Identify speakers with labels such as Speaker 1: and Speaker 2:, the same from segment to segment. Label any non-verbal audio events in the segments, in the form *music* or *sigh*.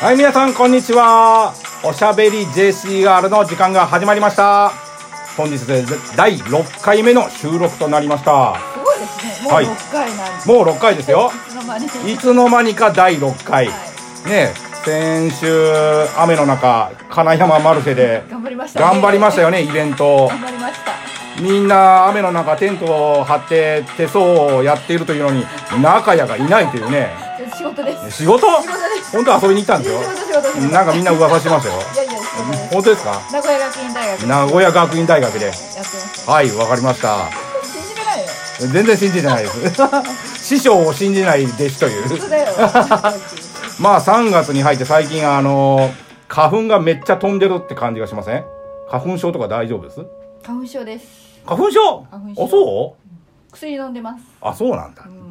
Speaker 1: はい、皆さん、こんにちは。おしゃべり JCR の時間が始まりました。本日で第6回目の収録となりました。
Speaker 2: すごいですね。もう
Speaker 1: はい
Speaker 2: 6回なんで。
Speaker 1: もう6回ですよ。
Speaker 2: いつの間に。
Speaker 1: いつの間にか第6回。ねえ先週、雨の中、金山マルシェで
Speaker 2: 頑張りましたね。
Speaker 1: 頑張りましたよね、イベント。
Speaker 2: 頑張りました。
Speaker 1: みんな雨の中テントを張って手相をやっているというのに、中屋がいないというね。
Speaker 2: 仕事です。
Speaker 1: 仕事
Speaker 2: 仕事です
Speaker 1: 本当は遊びに行ったんですよ
Speaker 2: 仕。事仕事仕事。
Speaker 1: なんかみんな噂してましたよ。
Speaker 2: いやいや仕事です。
Speaker 1: 本当ですか
Speaker 2: 名古屋学院大学やって
Speaker 1: 名古屋学院大学で。
Speaker 2: ま
Speaker 1: *laughs*
Speaker 2: した。
Speaker 1: はい、わかりました。
Speaker 2: 信じれないよ。
Speaker 1: 全然信じてないです。 *laughs* 師匠を信じない弟子とい
Speaker 2: そう
Speaker 1: う。
Speaker 2: だよ。
Speaker 1: まあ3月に入って最近あの、花粉がめっちゃ飛んでるって感じがしません花粉症とか大丈夫です
Speaker 2: 花粉症です。
Speaker 1: 花粉症
Speaker 2: 花粉症
Speaker 1: あ、そう
Speaker 2: 薬飲んでます。
Speaker 1: あ、そうなんだ
Speaker 2: う。ん。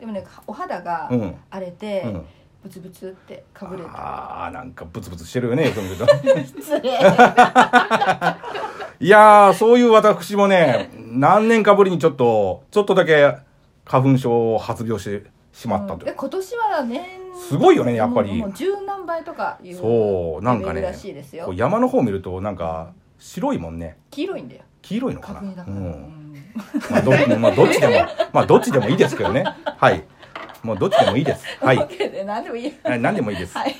Speaker 2: でもねお肌が
Speaker 1: うん
Speaker 2: 荒れて
Speaker 1: うん
Speaker 2: ブツブツってかぶれて。
Speaker 1: あー、なんかブツブツしてるよね、よく見ると。 *laughs*
Speaker 2: 失礼。はい
Speaker 1: やー、そういう私もね、何年かぶりにちょっと、ちょっとだけ花粉症を発病してしまったという。
Speaker 2: 今年は年
Speaker 1: すごいよね、やっぱり。
Speaker 2: もうもう十何倍とかいう
Speaker 1: そうなんか
Speaker 2: レベル
Speaker 1: ね
Speaker 2: らしいです
Speaker 1: こ
Speaker 2: よ
Speaker 1: う山の方見るとなんか白いもんね
Speaker 2: 黄色いんだよ
Speaker 1: 黄色いのかな
Speaker 2: 花粉だから、
Speaker 1: う
Speaker 2: うんん
Speaker 1: まあ、ど *laughs* まあどっちでもまあどっちでもいいですけ
Speaker 2: *laughs*
Speaker 1: どねはいもうどっちでもいいですはい
Speaker 2: OK *laughs* で何でもいい
Speaker 1: はい何でもいいです
Speaker 2: はい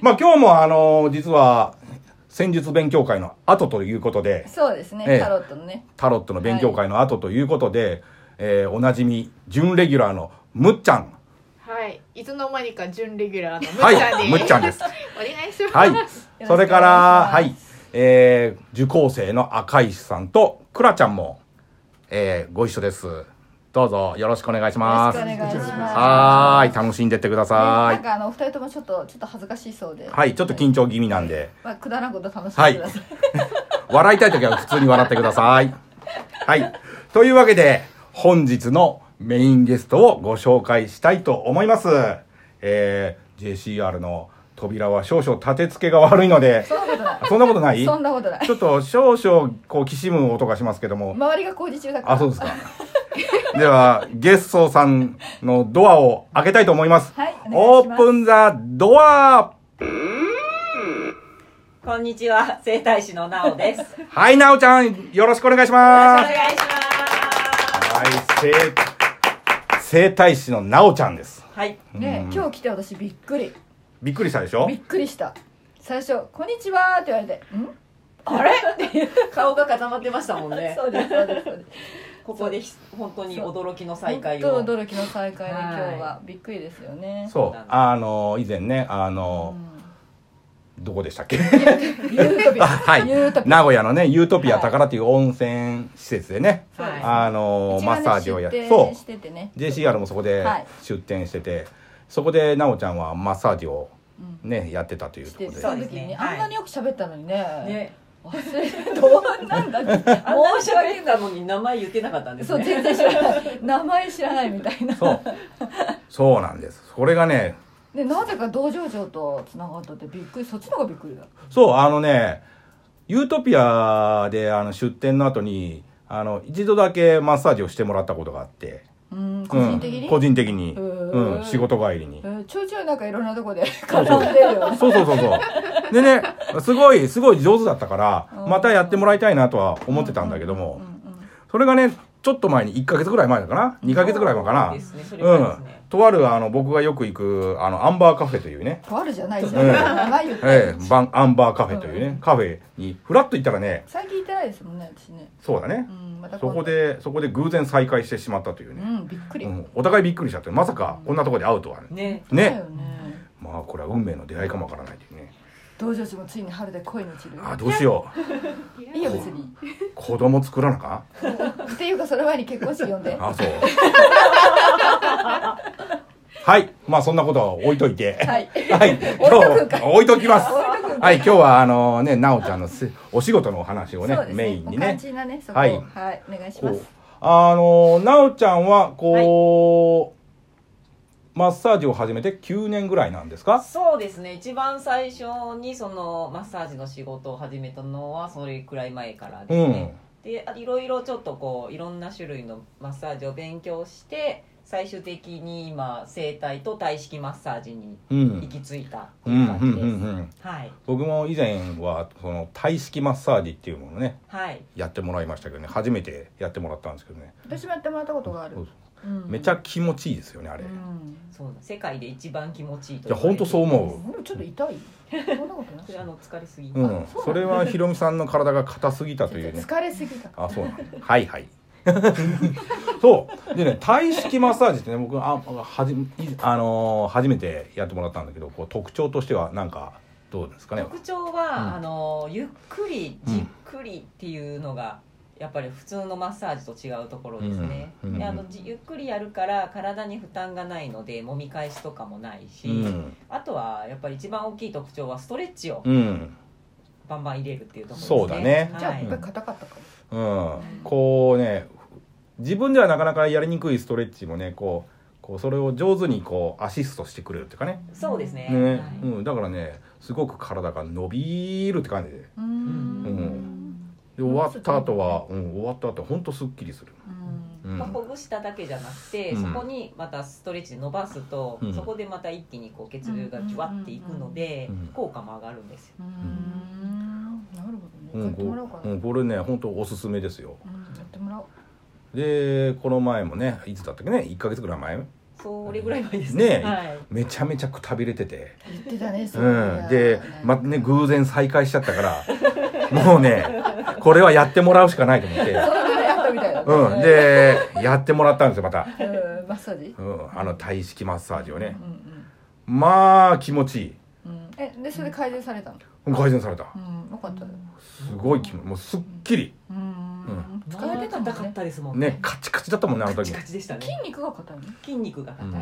Speaker 1: まあ今日もあのー実は戦術勉強会の後ということで
Speaker 2: そうですね、
Speaker 1: ええ
Speaker 2: タロットのね
Speaker 1: タロットの勉強会の後ということで、えーおなじみ準レギュラーのむっちゃん
Speaker 3: はい、いつの間にか準レギュラーのむっちゃん
Speaker 1: は
Speaker 3: で
Speaker 1: いむ
Speaker 3: す。
Speaker 1: っちゃんです
Speaker 3: お願いします。
Speaker 1: はい。それから、は
Speaker 2: よろしくお願いし
Speaker 1: い。えー、受講生の赤石さんと、くらちゃんも、えー、ご一緒です。どうぞ、よろしくお願いします。
Speaker 2: よろしくお願いします
Speaker 1: はーい。楽しんでってくだ
Speaker 2: な
Speaker 1: さ
Speaker 2: んかあのお二人ともちょっとちょっと恥ずかしいそうで
Speaker 1: い。
Speaker 2: は
Speaker 1: はい。ちょっと緊張気味なんで、
Speaker 2: まあ、くだらんこと楽しんでください、
Speaker 1: *laughs* 笑いたいときは普通に笑ってください。はい。というわけで、本日のメインゲストをご紹介したいと思います。えー、JCR の扉は少々立て付けが悪いので、
Speaker 2: そんなことない
Speaker 1: そんなことない
Speaker 2: そんなことない
Speaker 1: ちょっと少々こうきしむ音がしますけども。
Speaker 2: 周りが工事中だから
Speaker 1: あ、そうですか。 *laughs* では、ゲストさんのドアを開けたいと思います。
Speaker 2: はいお願
Speaker 1: オ
Speaker 2: いし
Speaker 1: ー
Speaker 2: ます
Speaker 1: プンザドア
Speaker 4: こんにちは、整体師のなおです。よろしく
Speaker 1: はい、なおちゃん、よろしくお願いし
Speaker 4: お
Speaker 1: ます。
Speaker 4: 願いします。
Speaker 1: はい、生、生体師のなおちゃんです。
Speaker 4: はい。
Speaker 2: ね今日来て私びっくり
Speaker 1: びっくりしたでしょ
Speaker 2: びっくりした最初「こんにちは」って言われて「んあれ?」っていう
Speaker 3: 顔が固まってましたもんね。
Speaker 2: そうですそうですそうです
Speaker 4: ここでひ本当に驚きの再
Speaker 2: 本
Speaker 4: 会
Speaker 2: 当
Speaker 4: を。
Speaker 2: 驚きの再会で今日は
Speaker 4: は
Speaker 2: びっくりですよね
Speaker 1: そう、あの、以前ね、あの、どこでしたっけ
Speaker 2: ユートピア。
Speaker 1: *laughs* はい
Speaker 2: ユート。ピア。
Speaker 1: 名古屋のね、ユートピア宝っていう温泉施設でね、
Speaker 2: はい
Speaker 1: あの、
Speaker 2: 一
Speaker 1: マ
Speaker 2: 番
Speaker 1: ッ
Speaker 2: ね
Speaker 1: サージをやっ
Speaker 2: 出
Speaker 1: て、
Speaker 2: 店
Speaker 1: そう
Speaker 2: し。ててね。
Speaker 1: JCR もそこで
Speaker 2: はい
Speaker 1: 出店してて、そこで奈緒ちゃんはマッサージをね、やってたというところ
Speaker 2: して
Speaker 1: で
Speaker 2: そ
Speaker 4: そう
Speaker 2: の
Speaker 4: です
Speaker 2: 時に
Speaker 4: ね
Speaker 2: あんなによく喋ったのにね。
Speaker 4: ね、
Speaker 2: 忘れてどうなんだって。
Speaker 4: *laughs* あんなに喋ったのに名前言ってなかったんです
Speaker 2: そう
Speaker 4: ね。
Speaker 2: 全然知らない。名前知らないみたいな。
Speaker 1: そうそうなんですそれがね
Speaker 2: でなぜか道場長と繋がったってびっくり。そっちの方がびっくりだ。
Speaker 1: そうあのねユートピアであの出店の後にあの一度だけマッサージをしてもらったことがあって
Speaker 2: うん個人的
Speaker 1: うん、
Speaker 2: に。
Speaker 1: 個人的に、
Speaker 2: へー
Speaker 1: うん、仕事帰りに
Speaker 2: えーちょいちょいなんかいろんなとこで *laughs* 体を出るよね。
Speaker 1: そうそうそうそうでねすごいすごい上手だったからまたやってもらいたいなとは思ってたんだけどもそれがねちょっと前に1ヶ月ぐらい前かな2ヶ月ぐらい前かな
Speaker 4: ですね、それ
Speaker 1: う
Speaker 4: からです
Speaker 1: ん
Speaker 4: ね。、
Speaker 1: とあるあの僕がよく行くあのアンバーカフェというね、
Speaker 2: とあるじゃないじゃ。
Speaker 1: うんん
Speaker 2: 名前言って
Speaker 1: え。え、バンアンバーカフェというね、カフェにフラッと行ったらね
Speaker 2: 最近行ってないですもんね私ね。
Speaker 1: そうだね
Speaker 2: う、んまた
Speaker 1: そ
Speaker 2: 今度
Speaker 1: こ。でそこで偶然再会してしまったという
Speaker 2: う
Speaker 1: ね、
Speaker 2: んびっくり。
Speaker 1: う
Speaker 2: そ
Speaker 1: んお互いびっくりしちゃってまさかこんなところで会うとはね
Speaker 4: ね。
Speaker 2: うだ
Speaker 1: ね
Speaker 2: よね。
Speaker 1: まあこれは運命の出会いかもわからないというね
Speaker 2: 道場師もついに春で恋に散る
Speaker 1: あどうしよ
Speaker 2: いいよ別に
Speaker 1: う子供作らなか
Speaker 2: っていうかその前に結婚式呼んで
Speaker 1: あそうはいまあそんなことは置いといて
Speaker 2: はい
Speaker 1: はい、今
Speaker 2: 置いとくんか
Speaker 1: 日置いときます。
Speaker 2: 置いとく
Speaker 1: *laughs*
Speaker 2: ん
Speaker 1: はい、今日はあのね、なおちゃんのせお仕事のお話をね
Speaker 2: そうです
Speaker 1: メインに
Speaker 2: もう肝
Speaker 1: ね。
Speaker 2: 心なねそこ
Speaker 1: は
Speaker 2: はいい、お願いし
Speaker 1: こ
Speaker 2: ま
Speaker 1: う
Speaker 2: す
Speaker 1: あのなおちゃんはこう、マッサージを始めて9年ぐらいなんですか？
Speaker 4: そうですね、一番最初にそのマッサージの仕事を始めたのはそれくらい前からです
Speaker 1: う
Speaker 4: ね。
Speaker 1: ん。
Speaker 4: であいろいろちょっとこういろんな種類のマッサージを勉強して最終的に今整体と体式マッサージに
Speaker 1: うん
Speaker 4: 行き着いたって
Speaker 1: う
Speaker 4: いうん
Speaker 1: うんう
Speaker 4: 感じです、
Speaker 1: んうん
Speaker 4: はい
Speaker 1: 僕も以前はその体式マッサージっていうものね
Speaker 4: はい
Speaker 1: やってもらいましたけどね初めてやってもらったんですけどね
Speaker 2: 私もやってもらったことがある
Speaker 1: そうそ
Speaker 2: うん
Speaker 1: めちゃ気持ちいいですよねあれ、
Speaker 2: うん
Speaker 4: そうだ世界で一番気持ちいいと
Speaker 1: いや本当そう
Speaker 4: う
Speaker 1: 思
Speaker 2: でもちょっと痛いそんなことない
Speaker 4: それあの疲れすぎ、
Speaker 1: う、うん、それはひろみさんの体が硬すぎたというね
Speaker 2: 疲れすぎた
Speaker 1: あそうなのはいはい *laughs* そうでね体式マッサージってね僕あはじ、あのー初めてやってもらったんだけどこう特徴としてはなんかどうですかね
Speaker 4: 特徴は、
Speaker 1: うん
Speaker 4: あのゆっくりじっくりっていうのが、やっぱり普通のマッサージと違うところですね、
Speaker 1: うんうん
Speaker 4: であのじゆっくりやるから体に負担がないので揉み返しとかもないし、
Speaker 1: うん
Speaker 4: あとはやっぱり一番大きい特徴はストレッチを
Speaker 1: うん
Speaker 4: バンバン入れるっていうところですね
Speaker 1: そうだね
Speaker 2: じゃあ
Speaker 4: はい
Speaker 2: やっぱり硬かったかも
Speaker 1: うんこうね自分ではなかなかやりにくいストレッチもねこうこうそれを上手にこうアシストしてくれるっていうかね
Speaker 4: そうですね
Speaker 1: ね、
Speaker 4: はい
Speaker 1: うん、だからねすごく体が伸びるって感じでで
Speaker 2: う
Speaker 1: うん終わった後は、うん、終わった後本当すっきりする、
Speaker 2: うん
Speaker 1: うん
Speaker 4: まあ、ほぐしただけじゃなくて、
Speaker 1: うん
Speaker 4: そこにまたストレッチで伸ばすと、
Speaker 1: うん
Speaker 4: そこでまた一気にこう血流がじゅわっていくので、
Speaker 1: うん
Speaker 4: 効果も上がるんですよ
Speaker 2: うんなるほどね
Speaker 1: う
Speaker 2: や
Speaker 1: ん、
Speaker 2: ってもらおうか
Speaker 1: こ
Speaker 2: な
Speaker 1: う
Speaker 2: うん
Speaker 1: んこれね本当おすすめですよ
Speaker 2: やってもらおう
Speaker 1: でこの前もねいつだったっけね1か月ぐらい前
Speaker 4: それぐらいがいいです
Speaker 1: ねえ
Speaker 4: はい
Speaker 1: めちゃめちゃくたびれてて、
Speaker 2: 言ってたねそういや
Speaker 1: ん、でまたね偶然再会しちゃったから *laughs* もうねこれはやってもらうしかないと思って、
Speaker 2: *laughs* そういうことやったみたいだね
Speaker 1: うん、でやってもらったんですよまた、
Speaker 2: うんマッサージ
Speaker 1: うん、あの体式マッサージをね
Speaker 2: うん
Speaker 1: まあ気持ちいい
Speaker 2: うんうんえでそれで改善されたの
Speaker 1: 改善された
Speaker 2: うんよかったよ
Speaker 1: すごい気持ちもうすっきり
Speaker 2: うんうん
Speaker 4: 疲
Speaker 2: 疲
Speaker 4: れ
Speaker 2: れ
Speaker 4: て
Speaker 2: てたも
Speaker 4: た
Speaker 2: ん
Speaker 4: かっ
Speaker 2: ね
Speaker 4: たですもんね
Speaker 1: ねカチカチだったもんねあの
Speaker 4: カチ
Speaker 1: 時
Speaker 4: カチでしたね
Speaker 2: 筋肉が硬いの
Speaker 4: 筋肉が
Speaker 1: う
Speaker 4: 硬い、
Speaker 2: うん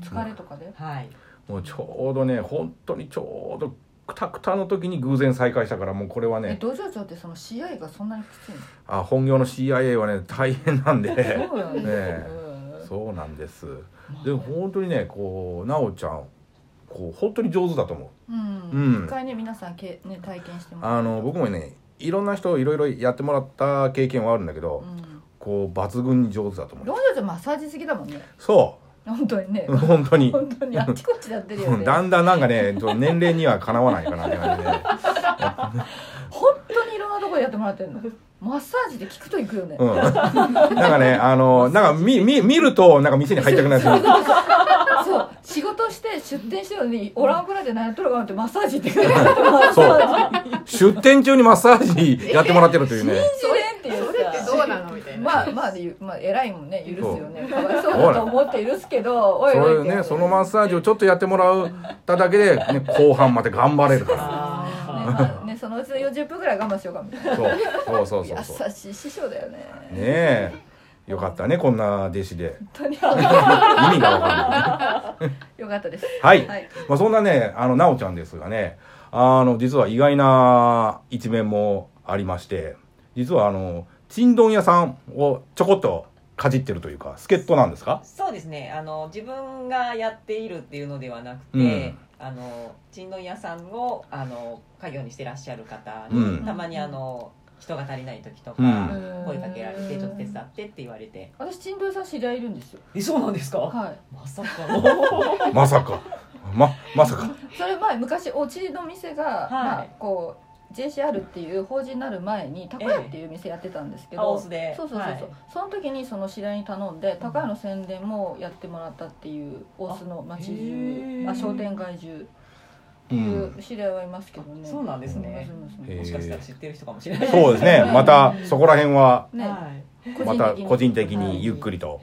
Speaker 2: 疲れとかで
Speaker 4: はい
Speaker 1: もうちょうどね本当にちょうどくたくたの時に偶然再会したからもうこれは
Speaker 2: え
Speaker 1: ね
Speaker 2: 道場長ってその試合がそんなにきつい
Speaker 1: あ本業の CIA はね大変なん
Speaker 2: の
Speaker 1: で
Speaker 2: そうよね
Speaker 1: えそうなんですでも本当にねこう奈緒ちゃんこう本当に上手だと思う
Speaker 2: うん
Speaker 1: うん
Speaker 2: 一回ね皆さんけね体験してもら
Speaker 1: あの僕もねいろんな人いろいろやってもらった経験はあるんだけど、
Speaker 2: うん
Speaker 1: こう抜群に上手だと思う
Speaker 2: 道場長マッサージ好きだもんね
Speaker 1: そ
Speaker 2: 本当にね
Speaker 1: う本当に
Speaker 2: 本当にあっちこっちやってるよ
Speaker 1: うん
Speaker 2: ね
Speaker 1: だんだんなんかね年齢にはかなわないかなって感じで
Speaker 2: 本当にいろんなところでやってもらってるのマッサージで聞くと行くよね
Speaker 1: *laughs* うん、なんかね、あの、なんか見、見、見ると、なんか店に入りたくなるし
Speaker 2: そう仕事して出店してるのにおらんくらいで何やっとるかなってマッサージって言ってくれるマッサ
Speaker 1: そう
Speaker 2: ージ。
Speaker 1: 出店中にマッサージやってもらってるというね。
Speaker 2: 信じれんっていう
Speaker 3: それって
Speaker 2: さ
Speaker 3: どうなのみたいな、
Speaker 2: まあまあで言うまあ偉いもんね許すよねかわいそうだと思って許すけどおい
Speaker 1: そうい
Speaker 2: おいっ
Speaker 1: う
Speaker 2: てや
Speaker 1: ね、
Speaker 2: つ
Speaker 1: そのマッサージをちょっとやってもらっただけで、 *laughs* ね、後半まで頑張れるか
Speaker 2: ね
Speaker 4: あ
Speaker 2: まあねそのうち40分ぐらい我慢しようかみたいな
Speaker 1: ら。そう、そうそうそうそう。ね
Speaker 2: 優しい師匠だよね
Speaker 1: え。よかったね、こんな弟 *laughs* 子で。
Speaker 2: 本当に
Speaker 1: 意味がわかんない。
Speaker 2: よかったです
Speaker 1: はい。
Speaker 2: はい
Speaker 1: まあ、そんなね、あの、なおちゃんですがね、あの、実は意外な一面もありまして、実はあの、ちんどん屋さんをちょこっとかじってるというか、助っ人なんですか
Speaker 4: そうですねあの自分がやっているっていうのではなくて、
Speaker 1: うん
Speaker 4: あのちんどん屋さんをあの家業にしてらっしゃる方に、
Speaker 1: うん
Speaker 4: たまにあの人が足りない時とか、
Speaker 1: うん
Speaker 4: 声かけられてちょっと手伝ってって言われて
Speaker 2: 私ちんどいさん知り合いいるんですよ
Speaker 4: えそうなんですか、
Speaker 2: はい
Speaker 4: まさか *laughs* の
Speaker 1: まさか。ま、まさか。
Speaker 2: それ前昔お家の店が、
Speaker 4: い
Speaker 2: まあこう JCR っていう法人になる前に高屋っていう店やってたんですけ
Speaker 4: ええあ
Speaker 2: ど、
Speaker 4: 大須で
Speaker 2: そうそうそうそう、
Speaker 4: はい
Speaker 2: その時にその知り合いに頼んで高屋の宣伝もやってもらったっていう大須の町中
Speaker 4: へえ
Speaker 2: あ商店街中って
Speaker 1: う
Speaker 2: い
Speaker 1: ん。
Speaker 2: う知り合いはいますけどね、
Speaker 4: そうなんですね
Speaker 2: そうそうそう
Speaker 1: へえ
Speaker 4: もしかしたら知ってる人かもしれないです
Speaker 1: そうですね。また、そこら辺は、
Speaker 2: ね、
Speaker 4: はい
Speaker 1: また個人的にゆっく
Speaker 2: り、
Speaker 1: りと。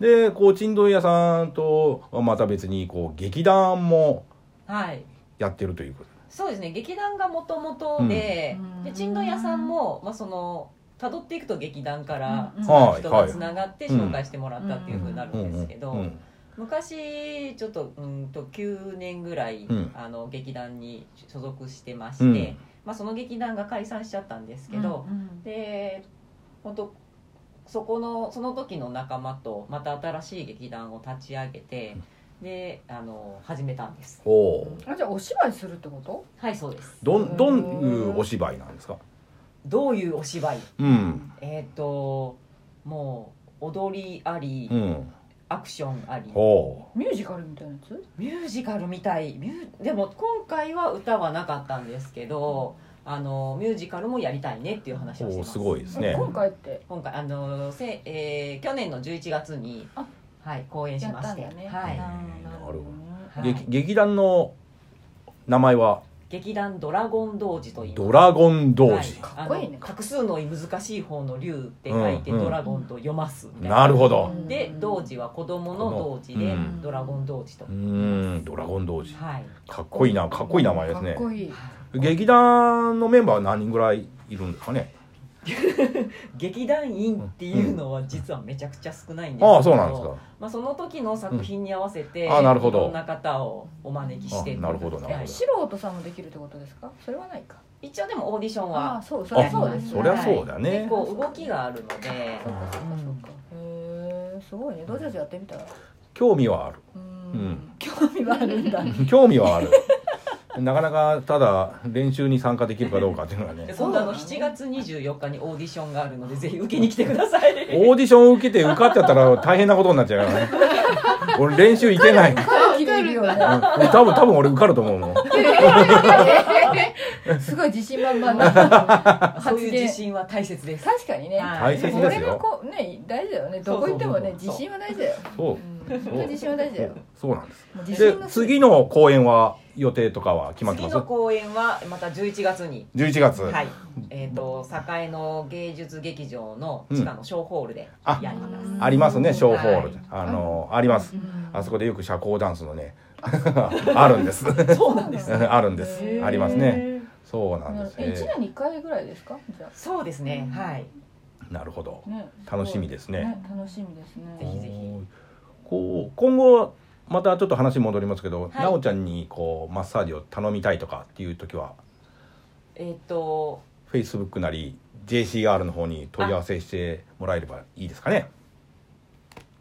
Speaker 1: で、こう、ちんどん屋さんと、また別に、こう、劇団も
Speaker 4: はい
Speaker 1: やってるということ。
Speaker 4: そうですね劇団がもともとで,、
Speaker 2: うん
Speaker 4: でちんどん屋さんも、まあ、その辿っていくと劇団から
Speaker 2: うん
Speaker 4: その人
Speaker 1: はい
Speaker 4: が
Speaker 1: はい
Speaker 4: つながって紹介してもらったっていうふうになる
Speaker 1: うん
Speaker 4: ですけ
Speaker 1: ん
Speaker 4: ど、
Speaker 1: うん。
Speaker 4: 昔ちょっとうんと9年ぐらい、
Speaker 1: うん
Speaker 4: あの劇団に所属してまして、
Speaker 1: うん
Speaker 4: まあ、その劇団が解散しちゃったんです
Speaker 2: う
Speaker 4: け
Speaker 2: ん
Speaker 4: ど、
Speaker 2: うん
Speaker 4: で本当そこのその時の仲間とまた新しい劇団を立ち上げてであの始めたんです
Speaker 1: ほう。
Speaker 2: あじゃあお芝居するってこと
Speaker 4: はいそうです
Speaker 1: どん、どんいうお芝居なんですか
Speaker 4: どういうお芝居
Speaker 1: うん。
Speaker 4: えっ、ともう踊りあり、
Speaker 1: うん。
Speaker 4: アクションあり
Speaker 1: ほ
Speaker 2: ミュージカルみたいなやつ
Speaker 4: ミュージカルみたいミューでも今回は歌はなかったんですけどあのミュージカルもやりたいねっていう話
Speaker 1: う
Speaker 4: をして
Speaker 1: ほ
Speaker 4: ま
Speaker 1: う
Speaker 4: す
Speaker 1: すごいです
Speaker 2: え
Speaker 1: ね
Speaker 2: 今回って
Speaker 4: 今回あのせ、えー去年の11月に
Speaker 2: あ
Speaker 4: はい公演し
Speaker 2: やっ
Speaker 4: ま
Speaker 2: た
Speaker 4: し
Speaker 2: ん
Speaker 4: て、
Speaker 2: だね
Speaker 4: はい
Speaker 1: うん
Speaker 4: はい
Speaker 1: 劇劇団の名前は
Speaker 4: 劇団ドラゴン童子と言います
Speaker 1: ドラゴン同士
Speaker 4: か
Speaker 1: か、
Speaker 2: っこいいね
Speaker 4: 画数の難しい方の龍って書いて
Speaker 1: うんうん
Speaker 4: ドラゴンと読ますみたいな、
Speaker 1: なるほど
Speaker 2: ど
Speaker 4: で童子は子供の童子で、
Speaker 1: うん
Speaker 4: ドラゴン童子と、
Speaker 1: うーんドラゴン同士
Speaker 4: はい
Speaker 1: かっこいいなかっこいい名前です
Speaker 2: かっ
Speaker 1: ね
Speaker 2: こいい
Speaker 1: 劇団のメンバーは何人ぐらいいるんですかね
Speaker 4: 劇団員っていうのは実はめちゃくちゃ少ないんですけど、
Speaker 1: ああそうなんですか
Speaker 4: まあ、その時の作品に合わせて、
Speaker 1: うんあなるほど
Speaker 4: いろんな方をお招きして
Speaker 1: あなるほどなるほ
Speaker 2: え
Speaker 1: ど
Speaker 2: 素人さんもできるってことですかそれはないか
Speaker 4: 一応でもオーディション
Speaker 2: あ
Speaker 4: は
Speaker 2: あそうそり
Speaker 1: あ
Speaker 2: ゃそうですね
Speaker 1: そりゃそうだね、
Speaker 4: 結構動きがあるので
Speaker 2: そうかそうかそうかへえすごいねどうせやってみたら
Speaker 1: 興味はある
Speaker 2: う
Speaker 1: うん
Speaker 2: ん興味はあるんだ *laughs*
Speaker 1: 興味はあるなかなかただ練習に参加できるかどうかっていうのはね
Speaker 2: *laughs*
Speaker 4: で今度あの7月24日にオーディションがあるのでぜひ受けに来てください
Speaker 1: オーディション受けて受かっちゃったら大変なことになっちゃうからね俺練習行けない、うん、
Speaker 2: 彼決めるよね
Speaker 1: 多分多分俺受かると思うもん
Speaker 2: *laughs* すごい自信満々な
Speaker 4: そういう自信は大切です
Speaker 2: 確かにね
Speaker 4: は
Speaker 1: 大
Speaker 4: い
Speaker 1: 切
Speaker 2: こ
Speaker 1: で
Speaker 2: れ
Speaker 1: す
Speaker 2: が
Speaker 1: よ
Speaker 2: こうね大事だよねどこ行ってもね
Speaker 4: そうそうそうそう
Speaker 2: 自信は大事だよ
Speaker 1: そう
Speaker 2: 本当に自信は大事だよも
Speaker 1: そうなんです
Speaker 2: う自
Speaker 1: で
Speaker 2: 信のせい
Speaker 1: 次の公演は予定とかは決まって
Speaker 4: 次
Speaker 1: ます
Speaker 4: の公演はまた11月に
Speaker 1: 11月、
Speaker 4: はいえっ、と栄の芸術劇場の地下の小ホールで
Speaker 1: あ
Speaker 4: やります、
Speaker 1: ありますねショーホール、
Speaker 4: はい
Speaker 1: あのあります
Speaker 2: うん
Speaker 1: あそこでよく社交ダンスのね *laughs* あるんです
Speaker 4: そうなんです
Speaker 1: あるんです
Speaker 2: へー
Speaker 1: ありますねそうなんです
Speaker 2: え一
Speaker 1: ね
Speaker 2: 年に一回ぐらいですかじゃ
Speaker 4: そうですねはい
Speaker 1: なるほど
Speaker 2: あね
Speaker 1: 楽しみですね
Speaker 2: 楽しみです
Speaker 4: ぜ
Speaker 2: ね
Speaker 4: ひぜひ
Speaker 1: おーこう今後またちょっと話戻りますけど、
Speaker 4: い
Speaker 1: なおちゃんにこうマッサージを頼みたいとかっていう時は
Speaker 4: えっ、と
Speaker 1: Facebook なり JCR の方に問い合わせしてもらえればいいですかね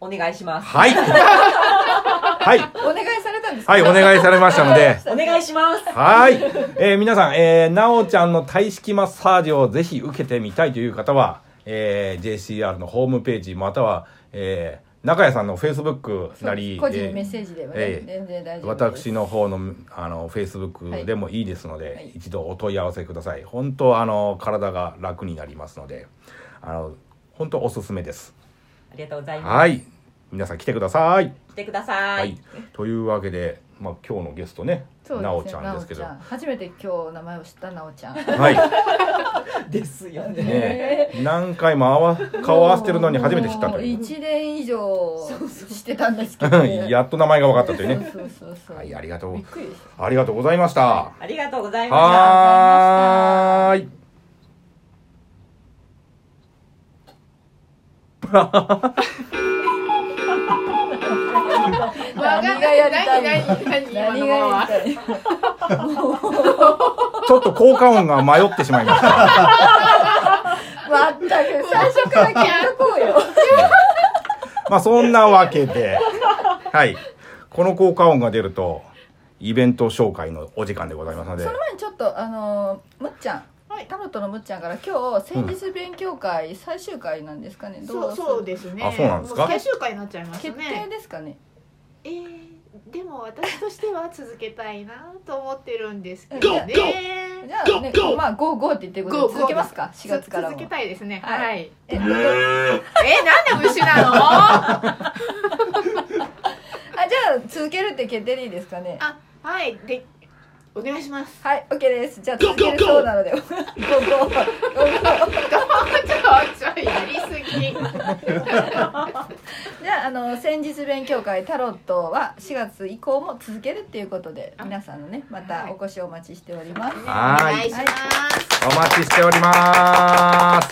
Speaker 4: お願いします
Speaker 1: はいはい
Speaker 2: お願いされたんですか
Speaker 1: はいお願いされましたので
Speaker 4: お願いします
Speaker 1: はい、えー皆さん、えー、なおちゃんの体式マッサージをぜひ受けてみたいという方は、えー JCR のホームページまたは、えー中谷さんの Facebook なり
Speaker 2: 個人
Speaker 1: えー
Speaker 2: メッセージでもね、
Speaker 1: ええ
Speaker 2: 全然大丈夫です
Speaker 1: 私の方のあのフェイスブックでもいいですので、
Speaker 2: はい
Speaker 1: 一度お問い合わせください本当あの体が楽になりますのであの本当おすすめです
Speaker 4: ありがとうございます、
Speaker 1: はい皆さん来てください、
Speaker 4: 来てください、
Speaker 1: というわけで、まあ、今日のゲストね
Speaker 2: そう
Speaker 1: なお
Speaker 2: です
Speaker 1: ち
Speaker 2: ね
Speaker 1: ゃんですけど
Speaker 2: なおちゃん初めて今日名前を知ったなおちゃんね
Speaker 1: は
Speaker 4: ですよ
Speaker 1: い
Speaker 4: ね
Speaker 1: ね何回も合わ顔合わせてるのに初めて知ったという
Speaker 2: 1年以上してたんで
Speaker 1: *laughs*
Speaker 2: すけど、
Speaker 1: うんやっと名前が分かったというね
Speaker 2: そうそうそうそう、
Speaker 1: はいありがと
Speaker 2: び
Speaker 1: う
Speaker 2: っくりです
Speaker 1: ありがとうございました
Speaker 4: ありがとうございました
Speaker 1: はーい
Speaker 3: わかん
Speaker 2: 何
Speaker 3: な
Speaker 2: が
Speaker 3: い
Speaker 2: やりたい
Speaker 3: 何何何
Speaker 2: 何
Speaker 3: 今の
Speaker 2: が
Speaker 3: ままは
Speaker 2: やりたい
Speaker 1: ちょっと効果音が迷ってしまいま
Speaker 4: *laughs*
Speaker 1: した。
Speaker 2: まったく最初から聞いとこうよ
Speaker 1: まあそんなわけで、はい。この効果音が出ると、イベント紹介のお時間でございます *laughs* ので
Speaker 2: そ、の前にちょっとあのーむっちゃん、
Speaker 3: はい
Speaker 2: タロットのむっちゃんから今日先日勉強会最終回なんですかね、ど
Speaker 3: そううそう
Speaker 2: で
Speaker 3: ですね
Speaker 1: あそうなんですか
Speaker 3: も最終回になっちゃいました
Speaker 2: 決定
Speaker 3: ね
Speaker 2: ですかね
Speaker 3: えー、でも私としては続けたいなと思ってるんですけどね
Speaker 2: じゃあねまあゴーゴーって言ってることで続けますか4月からも
Speaker 3: 続けたいですね
Speaker 2: はい
Speaker 3: はい
Speaker 2: えあ
Speaker 3: えなんで虫なの
Speaker 2: じゃあ続けるって決定でいいですかね
Speaker 3: あはいでお願いし *laughs* ます
Speaker 2: はい OK ですじゃあ続けるそうなの
Speaker 3: *laughs*
Speaker 2: で *laughs* ゴーゴー
Speaker 3: ちょちょやりす
Speaker 2: *laughs*
Speaker 3: ぎ
Speaker 2: じゃああの先日勉強会タロットは4月以降も続けるっていうことで皆さんのねまたお越しをお待ちしております
Speaker 1: はーい
Speaker 3: お願いします
Speaker 1: お待ちしております。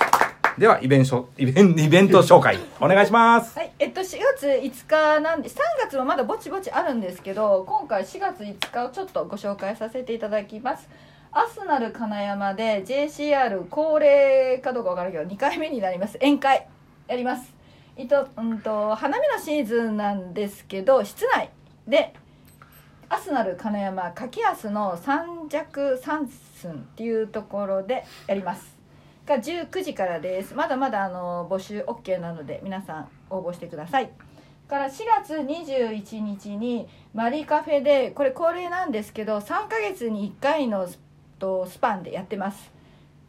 Speaker 1: では、イベント、イベンイベント紹介、お願いします。
Speaker 2: はい、えっと4月5日なんで3月もまだぼちぼちあるんですけど今回4月5日をちょっとご紹介させていただきますアスナル金山で JCR 恒例かどうかわからんけど2回目になります宴会やりますえっと、うんと花見のシーズンなんですけど室内でアスナル金山柿安の三尺三寸っていうところでやりますが19時からですまだまだあの募集 OK なので皆さん応募してくださいから4月21日にマリカフェでこれ恒例なんですけど3ヶ月に1回のスとスパンでやってます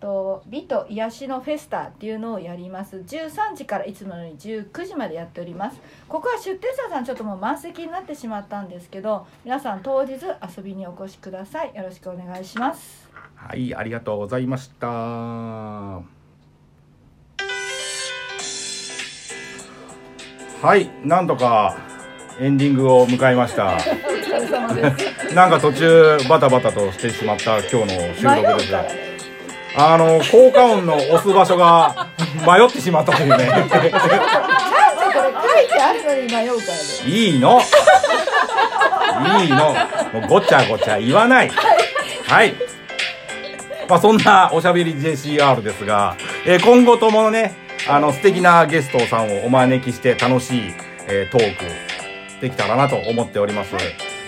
Speaker 2: と美と癒しのフェスタっていうのをやります13時からいつものように19時までやっておりますここは出店者さんちょっともう満席になってしまったんですけど皆さん当日遊びにお越しくださいよろしくお願いします
Speaker 1: はい、ありがとうございました。はい、なんとかエンディングを迎えました。
Speaker 2: お疲れ様です
Speaker 1: なんか途中バタバタとしてしまった今日の収
Speaker 2: 迷
Speaker 1: 録で
Speaker 2: う
Speaker 1: す
Speaker 2: から
Speaker 1: が、
Speaker 2: ね
Speaker 1: あの効果音の押す場所が迷ってしまったというね。
Speaker 2: なんかこれ書いてあるのに迷うからね
Speaker 1: いいの。いいの。もうごちゃごちゃ言わない。はい。まあそんなおしゃべり JCR ですが、えー今後ともね、あの素敵なゲストさんをお招きして楽しい、えートークできたらなと思っております。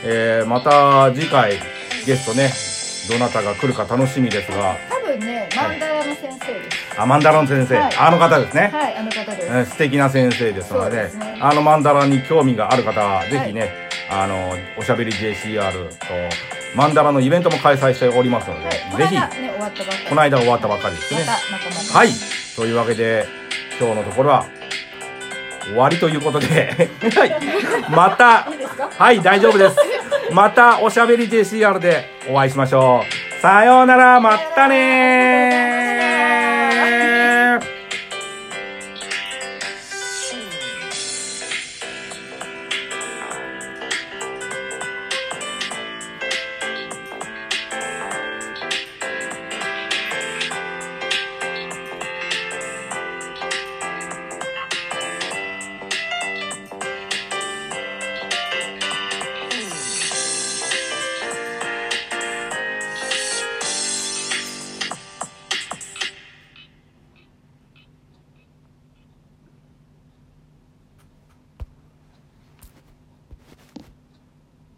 Speaker 1: えーまた次回ゲストね、どなたが来るか楽しみですが、
Speaker 2: 多分ねマンダラの先生です
Speaker 1: アマンダロン先生、
Speaker 2: はい
Speaker 1: あの方ですね。
Speaker 2: はいあの方です、
Speaker 1: えー素敵な先生ですので
Speaker 2: そうですね
Speaker 1: あのマンダラに興味がある方はぜひね、
Speaker 2: は
Speaker 1: あのおしゃべり JCR とマンダラのイベントも開催しておりますので、
Speaker 2: はい、
Speaker 1: ぜ
Speaker 2: この間ね終わったばっかり
Speaker 1: ひこの間終わったばかりです
Speaker 2: ま
Speaker 1: ね
Speaker 2: た仲間
Speaker 1: はいというわけで今日のところは終わりということ
Speaker 2: *laughs*
Speaker 1: で、はい、また
Speaker 2: いいですか
Speaker 1: はい大丈夫ですまたおしゃべり JCR でお会いしましょうさようならまったねー